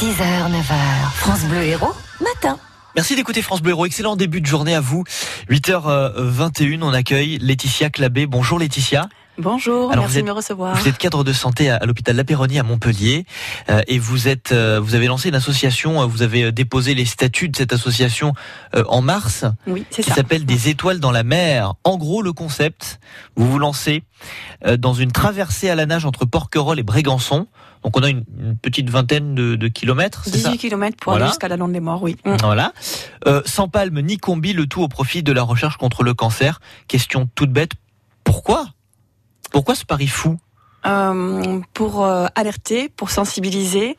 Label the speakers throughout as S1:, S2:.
S1: 6h, 9h, France Bleu Héros, matin.
S2: Merci d'écouter France Bleu Héros. Excellent début de journée à vous. euh, 8h21, on accueille Laetitia Clabé. Bonjour Laetitia.
S3: Bonjour,
S2: Alors, vous
S3: merci
S2: êtes-
S3: de me recevoir.
S2: Vous êtes cadre de santé à, à l'hôpital La Péronie à Montpellier euh, et vous êtes, euh, vous avez lancé une association. euh, Vous avez euh, déposé les statuts de cette association euh, en mars
S3: Oui, c'est
S2: qui
S3: ça.
S2: s'appelle Des étoiles dans la mer. En gros, le concept, vous vous lancez euh, dans une traversée à la nage entre Porquerolles et Brégançon. Donc on a une, une petite vingtaine de, de kilomètres, c'est ça
S3: 18 km pour
S2: Voilà.
S3: aller jusqu'à la Londe des Morts, oui. Mm.
S2: Voilà. Euh, sans palme ni combi, le tout au profit de la recherche contre le cancer. Question toute bête. Pourquoi Pourquoi ce pari fou
S3: Euh, pour euh, alerter, pour sensibiliser.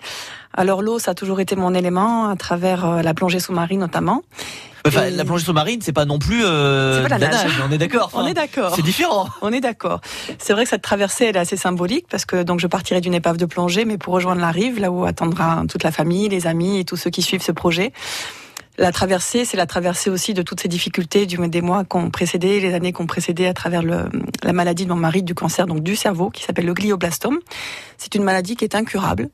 S3: Alors l'eau, ça a toujours été mon élément, à travers euh, la plongée sous-marine notamment.
S2: Enfin,
S3: Et-
S2: la plongée sous-marine, c'est pas non plus euh,
S3: C'est pas
S2: de la nage. On est d'accord.
S3: hein. On
S2: Enfin,
S3: est d'accord.
S2: C'est différent.
S3: On est d'accord. C'est vrai que cette traversée, elle est assez symbolique parce que donc je partirai d'une épave de plongée, mais pour rejoindre la rive, là où attendra toute la famille, les amis et tous ceux qui suivent ce projet. La traversée, c'est la traversée aussi de toutes ces difficultés du, des mois qu'on précédé, les années qu'on précédé à travers le, la maladie de mon mari du cancer donc du cerveau qui s'appelle le glioblastome. C'est une maladie qui est incurable.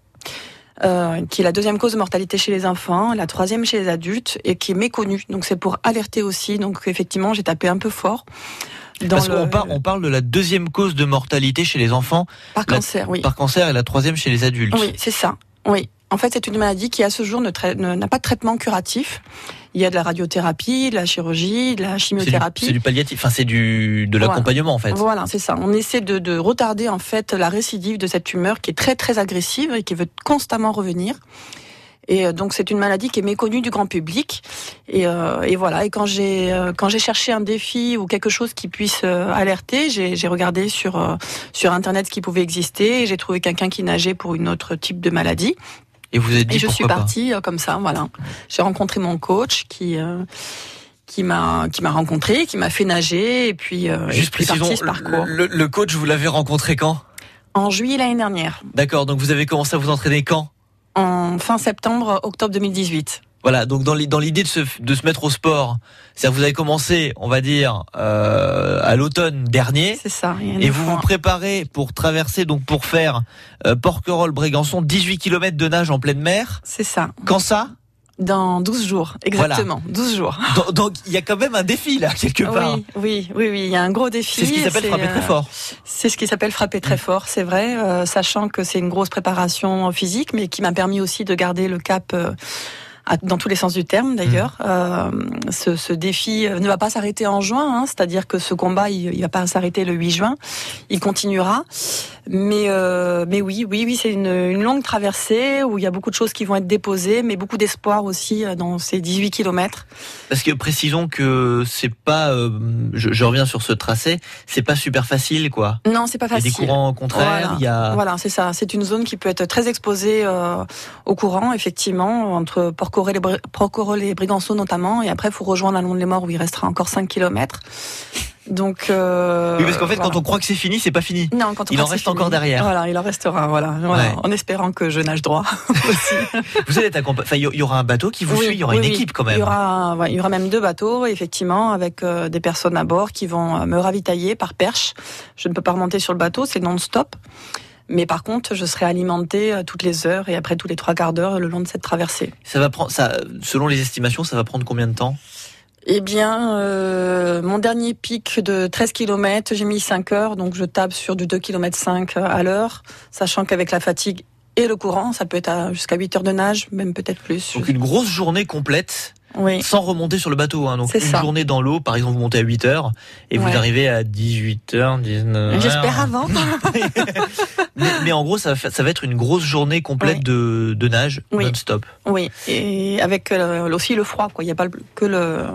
S3: euh, qui est la deuxième cause de mortalité chez les enfants, la troisième chez les adultes et qui est méconnue. Donc c'est pour alerter aussi. Donc effectivement, j'ai tapé un peu fort. Dans
S2: Parce qu'on
S3: le-
S2: par- on parle de la deuxième cause de mortalité chez les enfants
S3: par
S2: La-
S3: cancer, oui.
S2: par cancer et la troisième chez les adultes.
S3: Oui, c'est ça. Oui. En fait, c'est une maladie qui, à ce jour, ne trai- ne- n'a pas de traitement curatif. Il y a de la radiothérapie, de la chirurgie, de la
S2: C'est du,
S3: chimiothérapie.
S2: c'est du palliatif, enfin c'est du de
S3: Voilà.
S2: l'accompagnement en fait.
S3: Voilà, c'est ça. On essaie de, de retarder en fait la récidive de cette tumeur qui est très très agressive et qui veut constamment revenir. Et euh, donc c'est une maladie qui est méconnue du grand public. Et, euh, et voilà. Et quand j'ai euh, quand j'ai cherché un défi ou quelque chose qui puisse euh, alerter, j'ai j'ai regardé sur euh, sur internet ce qui pouvait exister. et J'ai trouvé quelqu'un qui nageait pour une autre type de maladie.
S2: Et vous vous êtes dit
S3: Et je
S2: pourquoi
S3: suis
S2: pas.
S3: partie euh, comme ça, voilà. J'ai rencontré mon coach qui euh, qui m'a qui m'a rencontré, qui m'a fait nager et puis euh, et
S2: Juste
S3: puis
S2: précisons,
S3: parti ce parcours.
S2: le, le coach, vous l'avez rencontré quand
S3: En juillet l'année dernière,
S2: D'accord, donc vous avez commencé à vous entraîner quand
S3: en fin septembre octobre 2018.
S2: Voilà, donc dans l'i- dans l'idée de se, f- de se mettre au sport, c'est-à-dire que vous avez commencé, on va dire, euh, à l'automne dernier,
S3: C'est ça. il y a
S2: et
S3: neuf
S2: vous
S3: mois.
S2: vous préparez pour traverser, donc pour faire euh, Porquerolles-Brégançon, 18 km de nage en pleine mer.
S3: C'est ça.
S2: Quand ça
S3: Dans 12 jours,
S2: Voilà.
S3: exactement. 12 jours.
S2: Donc- Donc il y a quand même un défi là, quelque part.
S3: Oui, oui, oui, oui, il y a un gros défi.
S2: C'est ce qui s'appelle
S3: c'est,
S2: frapper très
S3: euh,
S2: fort.
S3: C'est ce qui s'appelle frapper très fort, c'est vrai, euh, sachant que c'est une grosse préparation physique, mais qui m'a permis aussi de garder le cap. euh, à- dans tous les sens du terme d'ailleurs, Euh, ce, ce défi euh, ne va pas s'arrêter en juin, hein, c'est-à-dire que ce combat, il, il va pas s'arrêter le 8 juin, il continuera. Mais euh, mais oui, oui, oui, c'est une, une longue traversée où il y a beaucoup de choses qui vont être déposées, mais beaucoup d'espoir aussi euh, dans ces 18 kilomètres.
S2: Parce que précisons que c'est pas, euh, je, je reviens sur ce tracé, c'est pas super facile quoi.
S3: Non, c'est pas
S2: Il y a des
S3: facile.
S2: courants contraires,
S3: Voilà.
S2: il y a.
S3: Voilà, c'est ça. C'est une zone qui peut être très exposée euh, au courant, effectivement, entre Porquerolles et, Bri- Porquerolles et Brigançon notamment. Et après, il faut rejoindre la Londe les Morts où il restera encore 5 km. Donc. euh,
S2: Oui, parce qu'en fait,
S3: voilà.
S2: quand on croit que c'est fini, c'est pas fini.
S3: Non, quand on
S2: il en
S3: passe, c'est
S2: reste
S3: fini.
S2: encore derrière.
S3: Voilà, il en restera, voilà. voilà.
S2: Ouais.
S3: En espérant que je nage droit.
S2: Vous allez être accompagné. Enfin, il y- il y aura un bateau qui vous
S3: Oui,
S2: suit, il y aura
S3: oui,
S2: une
S3: oui.
S2: équipe quand
S3: Il y
S2: même.
S3: aura, ouais, il y aura même deux bateaux, effectivement, avec euh, des personnes à bord qui vont euh, me ravitailler par perche. Je ne peux pas remonter sur le bateau, c'est non-stop. Mais par contre, je serai alimentée euh, toutes les heures et après tous les trois quarts d'heure le long de cette traversée.
S2: Ça va prendre, ça, selon les estimations, ça va prendre combien de temps
S3: Eh bien, euh, mon dernier pic de 13 km, j'ai mis 5 heures, donc je tape sur du 2 km 5 euh, à l'heure, sachant qu'avec la fatigue et le courant, ça peut être à- jusqu'à 8 heures de nage, même peut-être plus.
S2: Donc une grosse journée complète,
S3: Oui.
S2: sans remonter sur le bateau. Hein. Donc
S3: C'est
S2: une
S3: ça.
S2: journée dans l'eau, par exemple, vous montez à 8 heures et
S3: Ouais.
S2: vous arrivez à 18 h 19
S3: J'espère
S2: h
S3: avant.
S2: Mais, mais en gros, ça va, fa- ça va être une grosse journée complète
S3: Ouais.
S2: de, de nage
S3: Oui.
S2: non-stop.
S3: Oui, et avec euh, aussi le froid, quoi. Il n'y a pas le- que le,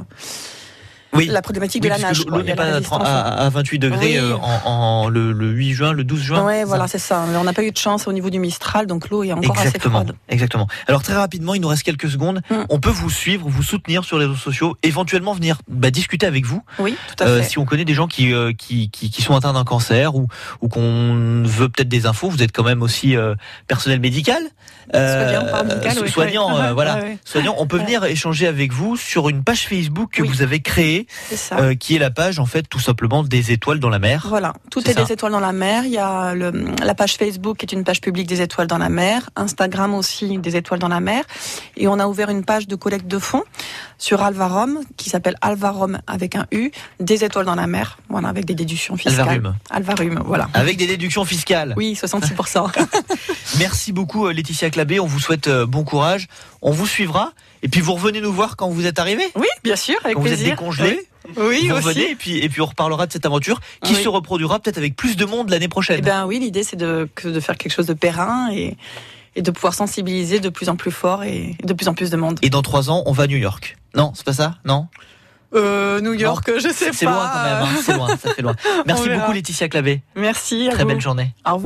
S2: Oui.
S3: la problématique
S2: Oui,
S3: de la
S2: parce que
S3: nage. quoi.
S2: l'eau
S3: Il y
S2: n'est
S3: a la
S2: pas à,
S3: résistance.
S2: 30 à- à 28 degrés
S3: Oui.
S2: euh, en, en- le, le 8 juin, le 12 juin.
S3: Ouais,
S2: c'est
S3: voilà,
S2: ça
S3: c'est ça. Mais on n'a pas eu de chance au niveau du Mistral, donc l'eau est encore
S2: Exactement,
S3: assez froide.
S2: exactement. Alors très rapidement, il nous reste quelques secondes.
S3: Mm.
S2: On peut vous suivre, vous soutenir sur les réseaux sociaux, éventuellement venir bah, discuter avec vous
S3: Oui, tout à
S2: euh,
S3: fait.
S2: si on connaît des gens qui euh, qui, qui, qui sont atteints d'un cancer ou ou qu'on veut peut-être des infos. Vous êtes quand même aussi euh, personnel médical, Euh,
S3: Soignant, pardon,
S2: so-
S3: oui.
S2: soignant,
S3: Ouais.
S2: euh, voilà.
S3: Ouais, ouais.
S2: Soignant, on peut venir échanger avec vous sur une page Facebook que
S3: Oui. Ah.
S2: vous avez créée Métier,
S3: C'est ça.
S2: euh, qui est la page en fait tout simplement des étoiles dans la mer.
S3: Voilà, tout
S2: C'est
S3: est,
S2: ça.
S3: des étoiles dans la mer. Il y a le- la page Facebook qui est une page publique des étoiles dans la mer, Instagram aussi des étoiles dans la mer, et on a ouvert une page de collecte de fonds sur Alvarom qui s'appelle Alvarom avec un U, des étoiles dans la mer, voilà avec des déductions fiscales.
S2: Alvarum.
S3: Alvarum, voilà.
S2: Avec des déductions fiscales.
S3: Oui, 66%.
S2: Merci beaucoup euh, Laetitia Clabé, on vous souhaite euh, bon courage, on vous suivra et puis vous revenez nous voir quand vous êtes arrivé,
S3: oui, bien sûr, avec
S2: quand vous êtes
S3: plaisir.
S2: décongelé,
S3: Oui, oui
S2: vous
S3: aussi.
S2: revenez et puis, et puis on reparlera de cette aventure qui
S3: Oui.
S2: se reproduira peut-être avec plus de monde l'année
S3: Eh
S2: prochaine.
S3: ben oui, l'idée c'est de, que de faire quelque chose de périn et, et de pouvoir sensibiliser de plus en plus fort et, et de plus en plus de monde.
S2: Et dans trois ans, on va à New York. Non, c'est pas ça Non
S3: Euh, New
S2: York,
S3: je sais
S2: C'est hein. loin quand même, hein, c'est loin, ça fait loin. Merci
S3: verra.
S2: beaucoup Laetitia Clabé,
S3: Merci. À
S2: très
S3: vous.
S2: belle journée.